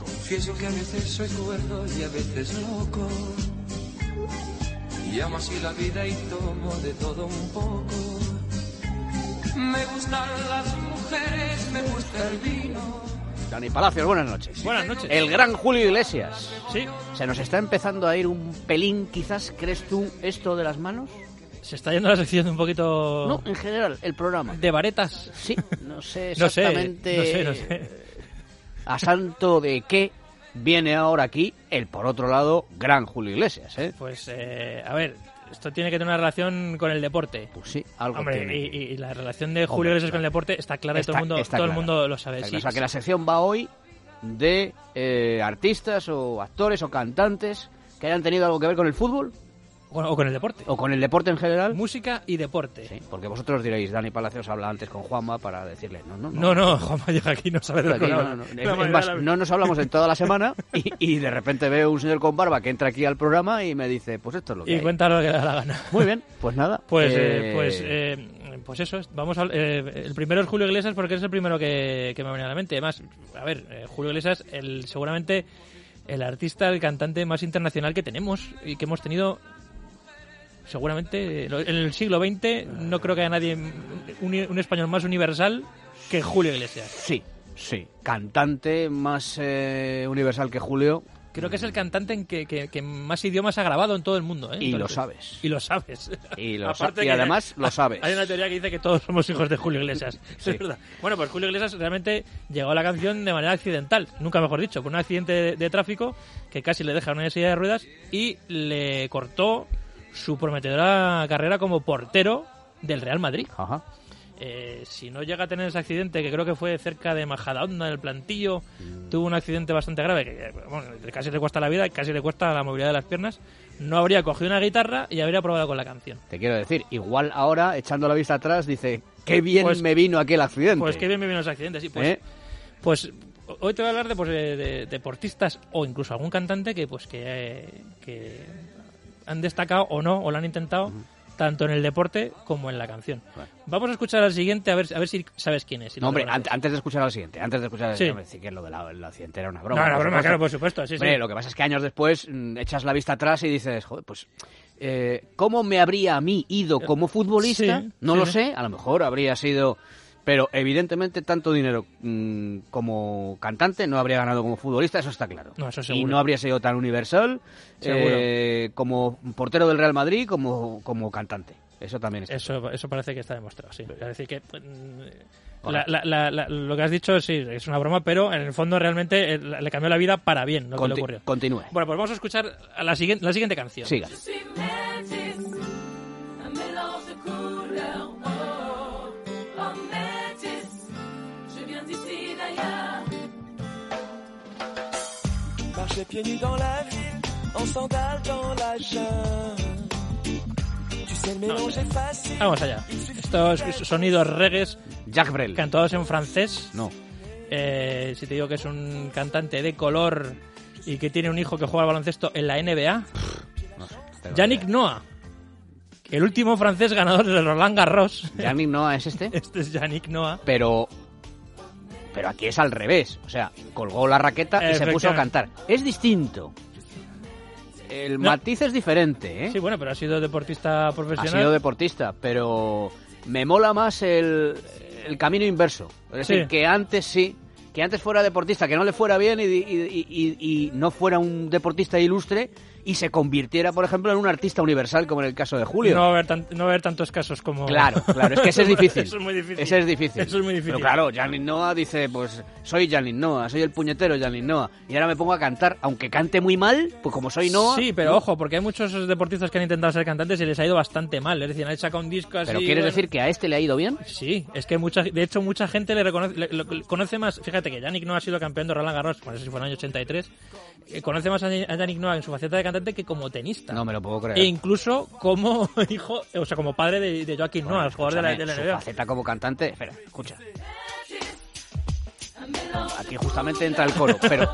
Confieso que a veces soy cuerdo y a veces loco. Y amo así la vida y tomo de todo un poco. Me gustan las mujeres, me gusta el vino. Dani Palacios, buenas noches. Buenas noches. El gran Julio Iglesias. Sí, Se nos está empezando a ir un pelín, quizás, ¿crees tú esto de las manos? se está yendo la sección un poquito No, en general, el programa. de varetas. Sí, no sé No sé, exactamente no sé, no sé. a santo de qué viene ahora aquí el, por otro lado, gran Julio Iglesias, ¿eh? Pues, eh, a ver, esto tiene que tener una relación con el deporte. Pues sí, algo Hombre, tiene. y, y la relación de Julio Hombre, Iglesias con claro. el deporte está clara y todo, el Está- mundo, está todo el clara. mundo lo sabe. Está Sí, claro. O sea, que la sección va hoy de eh, artistas o actores o cantantes que hayan tenido algo que ver con el fútbol con- o con el deporte. o con el deporte en general. Música y deporte. Sí, porque vosotros diréis, Dani Palacios habla antes con Juanma para decirle, no, no, no. No, no, Juan llega aquí no sabe de lo Aquí que no, habla. no, no. Es- La es mayoría más, de la- no nos hablamos en toda la semana y, y de repente veo un señor con barba que entra aquí al programa y me dice, pues esto es lo que Y hay. cuenta lo que le da la gana. Muy bien, pues nada. Pues, eh, eh, pues, eh, pues eso, vamos a, eh, el primero es Julio Iglesias porque es el primero que, que me venía a la mente. Además, a ver, eh, Julio Iglesias, el, seguramente el artista, el cantante más internacional que tenemos y que hemos tenido seguramente eh, lo- en el siglo XX no creo que haya nadie, un, un español más universal que Julio Iglesias. Sí, sí. Cantante más eh, universal que Julio Creo que es el cantante en que, que- que más idiomas ha grabado en todo el mundo. ¿eh? Y lo Entonces- sabes. Y lo sabes. Y lo Aparte sa- y que además lo hay- sabes. Hay una teoría que dice que todos somos hijos de Julio Iglesias. Sí. Es verdad. Bueno, pues Julio Iglesias realmente llegó a la canción de manera accidental, nunca mejor dicho, por un accidente de, de tráfico que casi le deja en una silla de ruedas y le cortó su prometedora carrera como portero del Real Madrid. Ajá. Eh, si no llega a tener ese accidente, que creo que fue cerca de Majadahonda, en el plantillo, tuvo un accidente bastante grave, que eh, bueno, casi le cuesta la vida, casi le cuesta la movilidad de las piernas, no habría cogido una guitarra y habría probado con la canción. Te quiero decir, igual ahora, echando la vista atrás, dice, qué bien Pues- me vino aquel accidente. Pues qué bien me vienen los accidentes. Y pues, ¿Eh? pues hoy te voy a hablar de, pues, de- de deportistas o incluso algún cantante que, pues, que, eh, que han destacado o no, o lo han intentado, tanto en el deporte como en la canción. Bueno. Vamos a escuchar al siguiente, a ver, a ver si sabes quién es. si lo No, hombre, reconoces. an- antes de escuchar al siguiente, antes de escuchar al Sí. siguiente, sí que lo del accidente era una broma. no, la por broma, supuesto. claro, por supuesto. Sí, sí. Hombre, lo que pasa es que años después mm, echas la vista atrás y dices, joder, pues, eh, ¿cómo me habría a mí ido como futbolista? Sí, no sí, lo sí. sé, a lo mejor habría sido... Pero evidentemente tanto dinero mm, como cantante no habría ganado como futbolista, eso está claro. No, eso y seguro. no habría sido tan universal Seguro. eh, como portero del Real Madrid como, como cantante. Eso también está. Eso, eso parece que está demostrado, sí. Es decir, que mm, la- Correcto. la- la- la- lo que has dicho sí, es una broma, pero en el fondo realmente eh, le cambió la vida para bien lo que le Conti- ocurrió. continúe. Bueno, pues vamos a escuchar a la siguiente, la siguiente canción. Siga. Je suis métisse, un mélange de couleurs. Oh, oh métisse, je viens d'ici d'ailleurs. Marchais pieds nus dans la ville, en sandales dans la jungle. Tu sais, le mélange est facile. Vamos allá. Estos sonidos reggaes Jack Brel. cantados en francés. no. Eh, si te digo que es un cantante de color y que tiene un hijo que juega al baloncesto en la NBA. Yannick Noah. El último francés ganador de Roland Garros. Yannick Noah es este. Este es Yannick Noah. pero pero aquí es al revés, o sea, colgó la raqueta y se puso a cantar. Es distinto. El No. matiz es diferente, ¿eh? Sí, bueno, pero ha sido deportista ha profesional. sido deportista, pero me mola más el, el camino inverso. Es Sí. decir, que antes sí, que antes fuera deportista, que no le fuera bien y, y- y- y- y no fuera un deportista ilustre y se convirtiera, por ejemplo, en un artista universal, como en el caso de Julio. No va a haber, tan- no va a haber tantos casos como. Claro, claro, es que ese es difícil. Eso es muy difícil. Ese es difícil. Eso es muy difícil. Pero claro, Janin Noah dice, pues soy Janin Noah, soy el puñetero Janin Noah. Y ahora me pongo a cantar, aunque cante muy mal, pues como soy Noah... Sí, pero ojo, porque hay muchos deportistas que han intentado ser cantantes y les ha ido bastante mal. Es decir, han sacado un disco así. Pero quieres bueno. decir que a este le ha ido bien? Sí, es que mucha, de hecho mucha gente le reconoce, le- lo- lo- conoce más, fíjate que Yannick Noah ha sido campeón de Roland Garros, bueno, no sé si fue en el año 83, eh, conoce más a Yan- a Yannick Noah en su faceta de cantante que como tenista. No me lo puedo creer. e incluso como hijo, o sea, como padre de, de Joaquín Noah, el jugador de la, de la Escúchame, NBA. Su faceta como cantante... Espera, escucha. Un mélange Aquí justamente entra el coro, pero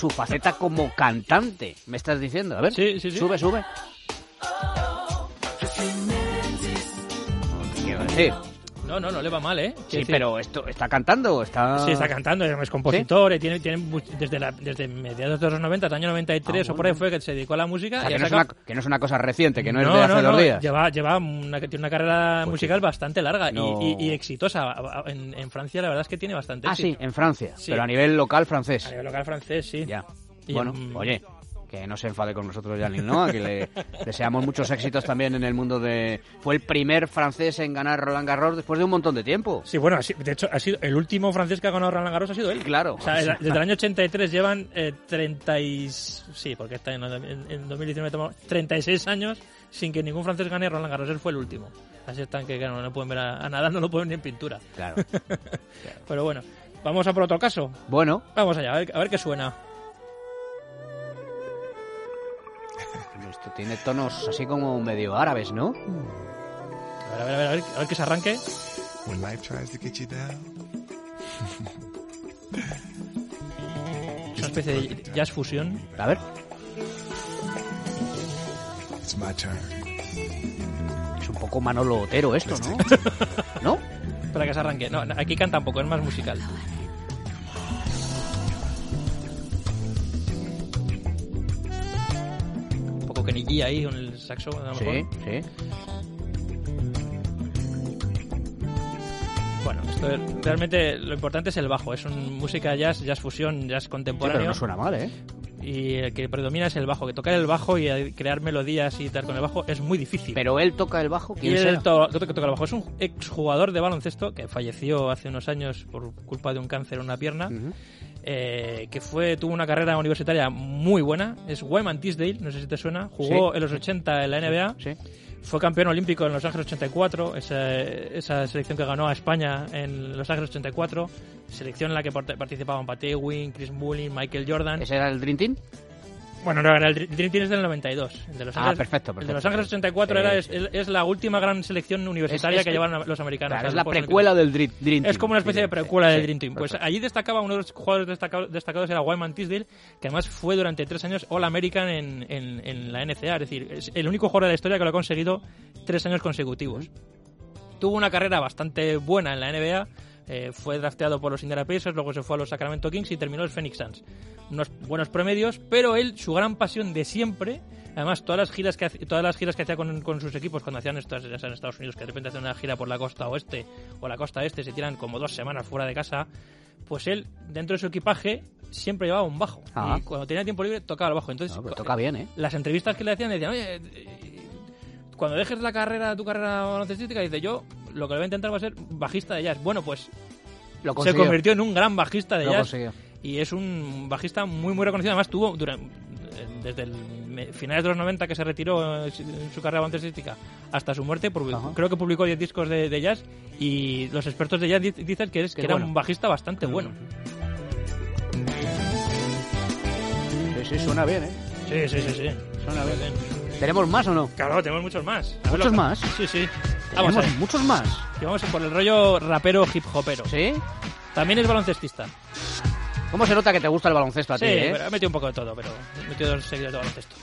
su faceta como cantante, me estás diciendo. A ver, Sí, sí, sí. sube, sube. Te quiero decir, No, no, no le va mal, ¿eh? Quiero Sí, decir, pero ah, esto está cantando, está... Sí, está cantando, es compositor, eh, tiene, tiene mu- desde, la- desde mediados de los 90, el año 93 Ah, o por ahí fue que se dedicó a la música. O sea, y que, ha no es una, sacado- que no es una cosa reciente, que no, es No, de hace no, dos no, días. Pues Lleva, lleva una, tiene una carrera musical bastante larga y- No. y, y exitosa. A- a- En, en Francia la verdad es que tiene bastante Ah, sí, éxito. en Francia, Sí. pero a nivel local A francés. nivel local francés, sí. Ya. Y, bueno, mm, oye, que no se enfade con nosotros Janil Noa, que le deseamos muchos éxitos también en el mundo de... Fue el primer francés en ganar Roland Garros después de un montón de tiempo. Sí, bueno, ha sido- de hecho, ha sido el último francés que ha ganado Roland Garros ha sido él. Claro. O sea, desde desde el año 83 llevan eh, 30 y... Sí, porque está en, en- en 2019 tomó 36 años sin que ningún francés gane Roland Garros. Él fue el último. Así están que claro, no pueden ver a, a nadar, no lo pueden ni en pintura. Claro. Pero bueno, vamos a por otro caso. Bueno, Vamos allá, a ver, a ver qué suena. esto tiene tonos así como medio árabes, ¿no? A ver, a ver, a ver, a ver, a ver que se arranque. When life tries to get you down, Es una especie de jazz fusión. A ver, it's my turn. es un poco Manolo Otero esto, ¿no? ¿No? Para que se arranque. No, no, aquí canta un poco, es más musical. Un poco Kenny G ahí con el saxo, a lo Sí, mejor. sí. Bueno, esto es- realmente lo importante es el bajo. Es un música jazz, jazz fusión, jazz Sí, pero contemporáneo. no suena mal, ¿eh? y el que predomina es el bajo. Que tocar el bajo y eh, crear melodías y tal con el bajo es muy difícil. Pero él toca el bajo, Y ¿quién será? el to- que toca el bajo es un exjugador de baloncesto que falleció hace unos años por culpa de un cáncer en una pierna. Ujú. eh, que fue tuvo una carrera universitaria muy buena. Es Wyman Tisdale, no sé si te suena. Jugó en los 80 en la NBA. Sí. Fue campeón olímpico en Los Ángeles 84. Esa, esa selección que ganó a España en Los Ángeles 84. Selección en la que part- participaban Pat Ewing, Chris Mullin, Michael Jordan. ¿Ese era el Dream Team? Bueno, no, era el Dr- Dream Team es del 92. El de Los Ah, Ángeles, perfecto, El de Los perfecto. Ángeles 84 Sí, era, sí. es, es la última gran selección universitaria Es- es- que llevaron los americanos. Claro, a es los la Juegos precuela Olímpicos. del Dri- Dream Team. Es como una especie de diríamos. precuela Sí, del sí, Dream Team. Pues perfecto. allí destacaba uno de los jugadores destacados, destacados era Wyman Tisdale, que además fue durante tres años All American en, en- en la NCA. Es decir, es el único jugador de la historia que lo ha conseguido tres años consecutivos. Tuvo una carrera bastante buena en la NBA. eh, fue drafteado por los Indiana Pacers, luego se fue a los Sacramento Kings y terminó en los Phoenix Suns. Unos buenos promedios, pero él, su gran pasión de siempre, además todas las giras que, hace- todas las giras que hacía con, con sus equipos cuando hacían estas ya sea en Estados Unidos, que de repente hacen una gira por la costa oeste o la costa este, se tiran como dos semanas fuera de casa, pues él, dentro de su equipaje, siempre llevaba un bajo. Ah. Y cuando tenía tiempo libre, tocaba el bajo. Entonces, No, pero co- toca bien, ¿eh? las entrevistas que le hacían le decían, oye, eh, eh, cuando dejes la carrera, tu carrera baloncestística, dice, yo lo que voy a intentar va a ser bajista de jazz. Bueno, pues Lo se consiguió. convirtió en un gran bajista de Lo jazz consiguió. y es un bajista muy muy reconocido. Además tuvo durante, desde el me- finales de los 90 que se retiró eh, en su carrera baloncestística hasta su muerte, publi- Ajá. creo que publicó 10 discos de, de jazz y los expertos de jazz di- dicen que, es, Qué que era bueno. un bajista bastante bueno. Sí, sí, suena bien, ¿eh? Sí, sí, sí, sí. Suena bien. ¿Tenemos más o no? Claro, tenemos muchos más. ¿Muchos más? Sí, sí. Vamos a Tenemos ver. muchos más. Y vamos por el rollo rapero hip hopero. ¿Sí? También es baloncestista. ¿Cómo se nota que te gusta el baloncesto a Sí, ti, eh? pero ha metido un poco de todo, pero ha metido dos seguidos de baloncesto.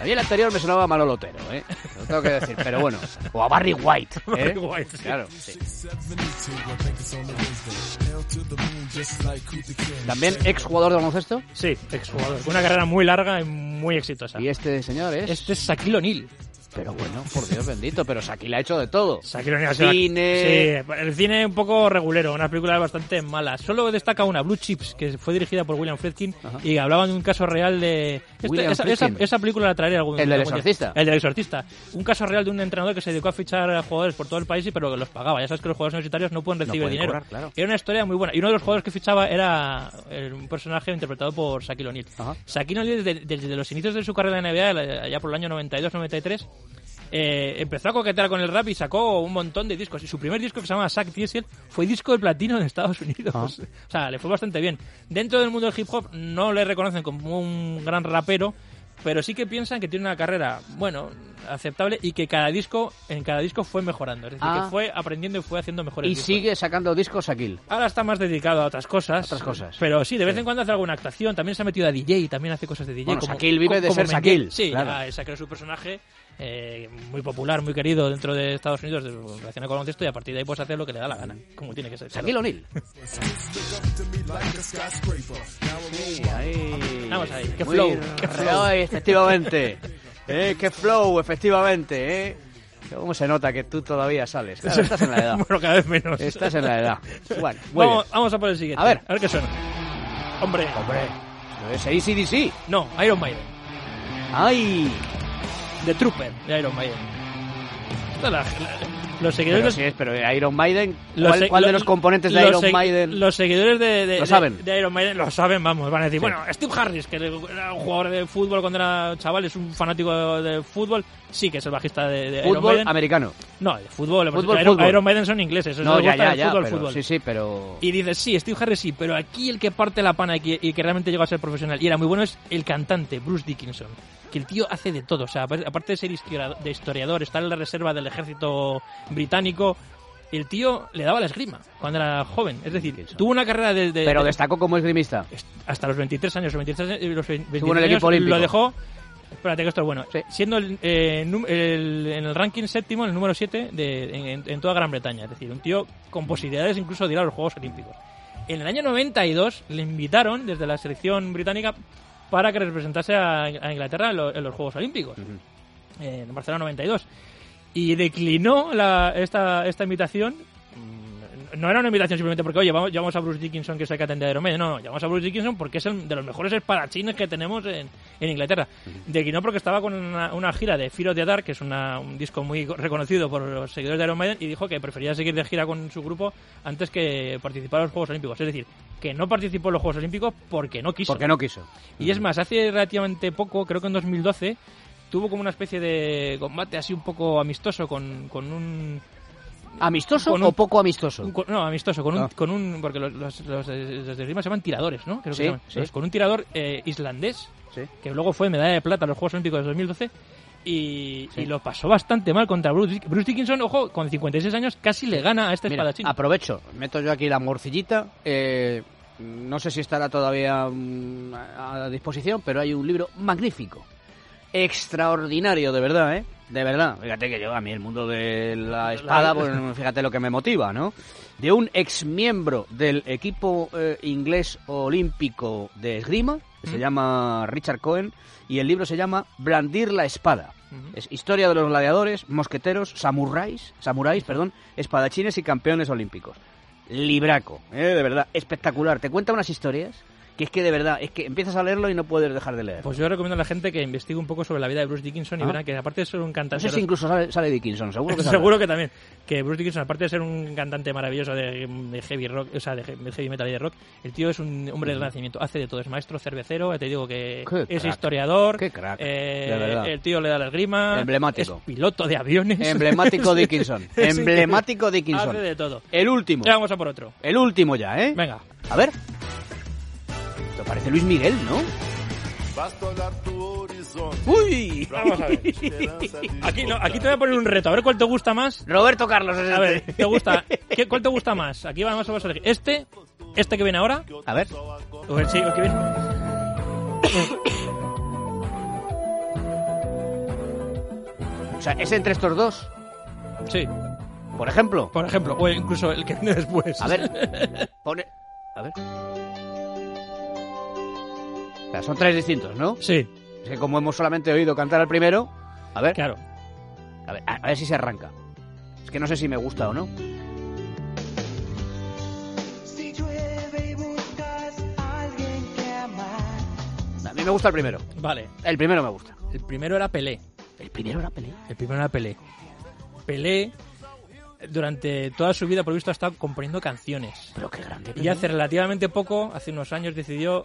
A mí el anterior me sonaba a Manolo Otero, ¿eh? Lo tengo que decir, pero bueno. O a Barry White, ¿eh? Barry White, sí. Claro, sí. 672, I think it's on the Wednesday. L to the moon, just like Kuta Kane. También ex jugador de baloncesto. Sí, exjugador. Con Una carrera muy larga y muy exitosa. Y este señor es... Este es Shaquille O'Neal. Pero bueno, por Dios bendito, pero Shaquille ha hecho de todo. Shaquille O'Neal. Cine. Sí, el cine un poco regulero, unas películas bastante malas. Solo destaca una, Blue Chips, que fue dirigida por William Friedkin Ajá. y hablaban de un caso real de... Este- William esa, esa- Friedkin. esa película la traeré algún El del algún día. exorcista. El del exorcista. Un caso real de un entrenador que se dedicó a fichar a jugadores por todo el país y pero que los pagaba. Ya sabes que los jugadores universitarios no pueden recibir pueden dinero. cobrar, claro. Era una historia muy buena. Y uno de los jugadores que fichaba era eh, un personaje interpretado por Shaquille O'Neal. Ajá. Shaquille O'Neal, desde, desde los inicios de su carrera en NBA, la- allá por el año 92-93, eh, empezó a coquetear con el rap y sacó un montón de discos. Y su primer disco, que se llama Sack Diesel, fue disco de platino en Estados Unidos. O sea, le fue bastante bien. Dentro del mundo del hip hop no le reconocen como un gran rapero, pero sí que piensan que tiene una carrera, bueno, aceptable y que cada disco, en cada disco fue mejorando. Es decir, Ah. que fue aprendiendo y fue haciendo mejores Y discos. sigue sacando discos Shaquille. Ahora está más dedicado a otras cosas. Otras cosas. Pero sí, de vez en cuando hace alguna actuación. También se ha metido a DJ, también hace cosas de DJ. Bueno, Shaquille vive de ser Mengue- Shaquille, Sí, ah, claro. ya, se ha creado su personaje eh, muy popular, muy querido dentro de Estados Unidos de- relacionado con el baloncesto y a partir de ahí puedes hacer lo que le da la gana, como tiene que ser. Shaquille O'Neal. Sí, ahí. Vamos ahí, qué Muy flow, r- qué flow. Ay, efectivamente. Eh, qué flow, efectivamente. Eh. ¿Cómo se nota que tú todavía sales? Claro, estás en la edad. Bueno, cada vez menos. Estás en la edad. Bueno, muy Vamos, vamos a por el siguiente. A ver. a ver qué suena. Hombre, bien. Hombre, no es ACDC. no, Iron Maiden. ¡Ay! The Trooper de Iron Maiden. Esto la- la- los Pero, seguidores. sí es, pero Iron Maiden, los ¿cuál, se- cuál de lo- los componentes de los Iron segui- Maiden? Los seguidores de, de- Lo de- saben. de Iron Maiden lo saben, vamos. Van a decir, Sí. bueno, Steve Harris, que era un jugador de fútbol cuando era chaval, es un fanático de fútbol, sí que es el bajista de, de Iron Fútbol Maiden. americano. No, de fútbol. hemos Fútbol, dicho, Iron, fútbol. Iron Maiden son ingleses. eso No, les ya, gusta ya, el ya. fútbol, pero- fútbol. Sí, sí, pero... Y eh, dices, sí, Steve Harris sí, pero aquí el que parte la pana y que, y que realmente llegó a ser profesional y era muy bueno es el cantante, Bruce Dickinson. Que el tío hace de todo, o sea, apar- aparte de ser historiado- de historiador, estar en la reserva del ejército británico, el tío le daba la esgrima cuando era joven. Es decir, Dickinson. tuvo una carrera de, de- Pero de- destacó como esgrimista. est- hasta los 23 años, los 23, eh, los 23 Estuvo en el años, equipo olímpico. lo dejó. Espérate que esto es bueno. Sí. Siendo el, eh, num- el- en el ranking séptimo, en el número 7 de, en- en, en toda Gran Bretaña. Es decir, un tío con posibilidades incluso de ir a los Juegos Olímpicos. En el año 92 le invitaron desde la selección británica para que representase a, a Inglaterra en, lo- en los Juegos Olímpicos. eh, En Barcelona 92. Y declinó la- esta, esta invitación Mm, no era una invitación simplemente porque, oye, vamos, llamamos a Bruce Dickinson que es el que atende a Iron Maiden. No, no, llamamos a Bruce Dickinson porque es el de los mejores espadachines que tenemos en, en Inglaterra. De que no porque estaba con una, una gira de Fear of the Dark, que es una- un disco muy reconocido por los seguidores de Iron Maiden, y dijo que prefería seguir de gira con su grupo antes que participar en los Juegos Olímpicos. Es decir, que no participó en los Juegos Olímpicos porque no quiso. Porque no quiso. Y es más, hace relativamente poco, creo que en 2012, tuvo como una especie de combate así un poco amistoso con, con un ¿Amistoso Con un- o poco amistoso? un co- no, amistoso, con un, Ah. con un porque los, los, los de- los de esgrima se llaman tiradores, ¿no? Creo Sí, que se llaman. sí. Los- con un tirador eh, islandés, Sí. que luego fue medalla de plata en los Juegos Olímpicos de 2012, y, Sí. y lo pasó bastante mal contra Bruce, Dick- Bruce Dickinson, ojo, con 56 años casi le gana a este Mira, espadachín. aprovecho, meto yo aquí la morcillita. eh, no sé si estará todavía mm, a a disposición, pero hay un libro magnífico. Extraordinario, de verdad, ¿eh? De verdad. Fíjate que yo a mí el mundo de la espada, pues fíjate lo que me motiva, ¿no? De un exmiembro del equipo eh, inglés olímpico de esgrima, que se llama Richard Cohen, y el libro se llama Brandir la espada. Es historia de los gladiadores, mosqueteros, samuráis, samuráis, perdón, espadachines y campeones olímpicos. Libraco, ¿eh? de verdad, espectacular. Te cuenta unas historias que es que de verdad, es que empiezas a leerlo y no puedes dejar de leer. Pues yo recomiendo a la gente que investigue un poco sobre la vida de Bruce Dickinson y Ah. verán que aparte de ser un no cantante... sé si incluso sale, sale Dickinson, seguro que sale. Seguro que también. Que Bruce Dickinson, aparte de ser un cantante maravilloso de, de heavy rock, o sea, de, he- de heavy metal y de rock, el tío es un hombre del renacimiento. Hace de todo, es maestro cervecero, ya te digo que Qué es crack. historiador. Qué crack, eh, de verdad. el tío le da la esgrima. Emblemático. Es piloto de aviones. Emblemático Dickinson, Sí. emblemático Hace Dickinson. de todo. El último, Ya vamos a por otro. el último ya, ¿eh? Venga. A ver. Esto parece Luis Miguel, ¿no? Basta olhar pro horizonte. ¡Uy! Vamos a ver. Esperança é de Aquí, no, aquí te voy encontrar. a poner un reto, a ver cuál te gusta más. Roberto Carlos es A ver, este. ¿te gusta? ¿Qué- ¿Cuál te gusta más? Aquí vamos a ver. ¿Este? ¿Este que viene ahora? A ver. O el sí, o el que viene. O sea, es entre estos dos, Sí. por ejemplo. Por ejemplo, o incluso el que viene después. A ver, pone. A ver. O sea, son tres distintos, ¿no? Sí, Es que como hemos solamente oído cantar al primero. A ver, claro. a ver, a a ver si se arranca. Es que no sé si me gusta o no. Si llueve y buscas a alguien que amar. A mí me gusta el primero. Vale. El primero me gusta. El primero era Pelé. El primero era pelea. El primero era Pelé. Pelé, durante toda su vida, por lo visto, ha estado componiendo canciones. Pero qué grande. Y Pelé. hace relativamente poco, hace unos años, decidió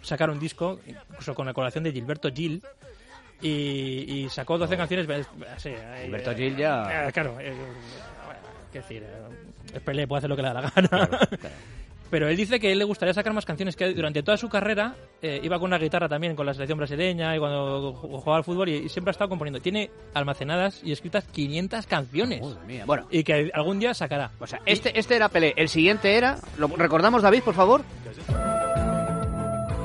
sacar un disco, incluso con la colaboración de Gilberto Gil. Y, y sacó 12 canciones. eh, sí, eh, Oh. Gilberto eh, Gil ya- eh, claro. eh, bueno, qué decir, eh, es Pelé, puede hacer lo que le da la gana. Pero él dice que a él le gustaría sacar más canciones, que durante toda su carrera eh, iba con la guitarra también, con la selección brasileña y cuando ju- jugaba al fútbol y, y siempre ha estado componiendo. Tiene almacenadas y escritas 500 canciones Madre mía. Bueno, y que algún día sacará. o sea, este, este era Pelé. El siguiente era. ¿Lo recordamos, David, por favor?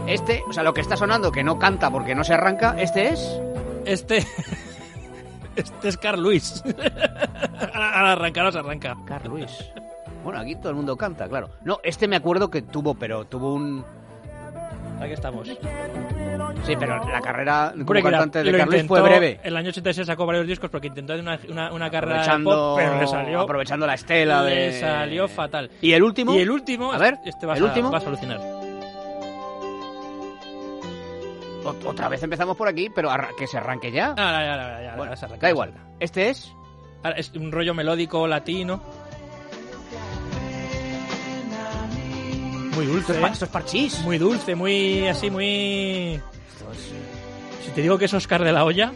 Este, o sea, lo que está sonando, que no canta porque no se arranca, este es. Este, Este es Carl Luis. Ahora arranca, ahora se arranca. Carl Luis. Bueno, aquí todo el mundo canta, claro. No, este me acuerdo que tuvo, pero tuvo un... Aquí estamos. Sí, pero la carrera como Hombre, que la- cantante de lo Carl Luis fue intentó- breve. El año 86 sacó varios discos porque intentó hacer una, una, una carrera de Aprovechando, pop, pero le salió, aprovechando la estela le de... salió fatal. ¿Y el último? Y el último, A ver, este vas, el a, último. vas a alucinar. Ot- Otra vez empezamos por aquí, pero arra- que se arranque ya. Ah, ya, ya, ya, ya, bueno, ya se arranca, da se igual. arranca. Este es... Ahora, es un rollo melódico latino. Muy Esto dulce, es, ¿eh? pa- esto es parchís. muy dulce, muy así, muy. Esto es- Si te digo que es Oscar de la olla.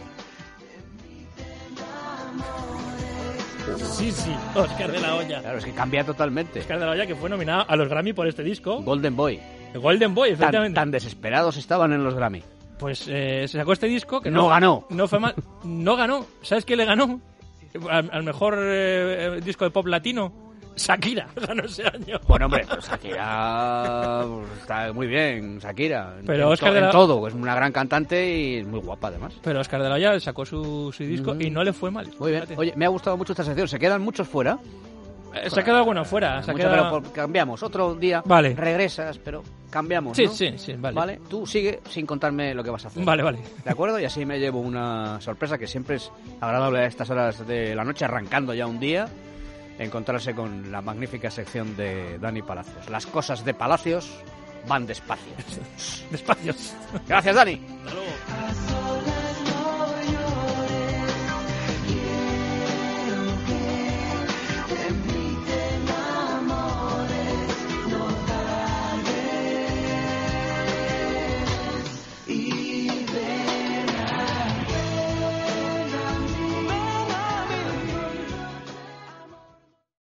Sí, sí, Oscar de la olla. Claro, es que cambia totalmente. Oscar de la olla que fue nominado a los Grammy por este disco. Golden Boy. El Golden Boy, Tan, efectivamente. tan desesperados estaban en los Grammy. Pues eh, se sacó este disco que No ganó. No fue mal. No ganó. ¿Sabes qué le ganó? Al, al mejor eh, eh, disco de pop latino. Shakira ganó ese año. Bueno, hombre, pues Shakira pues, está muy bien, Shakira. En- Pero en, Oscar de en la- todo, es una gran cantante y es muy guapa además. Pero Oscar de la Hoya sacó su, su disco Mm. y no le fue mal. Muy bien. Fíjate. Oye, me ha gustado mucho esta sección. Se quedan muchos fuera. Eh, se ha quedado alguno fuera. Se ha Mucho, quedado... pero por- cambiamos. Otro día Vale. regresas, pero cambiamos. Sí, ¿no? sí, sí, vale. Vale. Tú sigue sin contarme lo que vas a hacer. Vale, vale. ¿De acuerdo? Y así me llevo una sorpresa que siempre es agradable a estas horas de la noche, arrancando ya un día, encontrarse con la magnífica sección de Dani Palacios. Las cosas de Palacios van despacio. Despacios. Gracias, Dani. Hasta luego. Así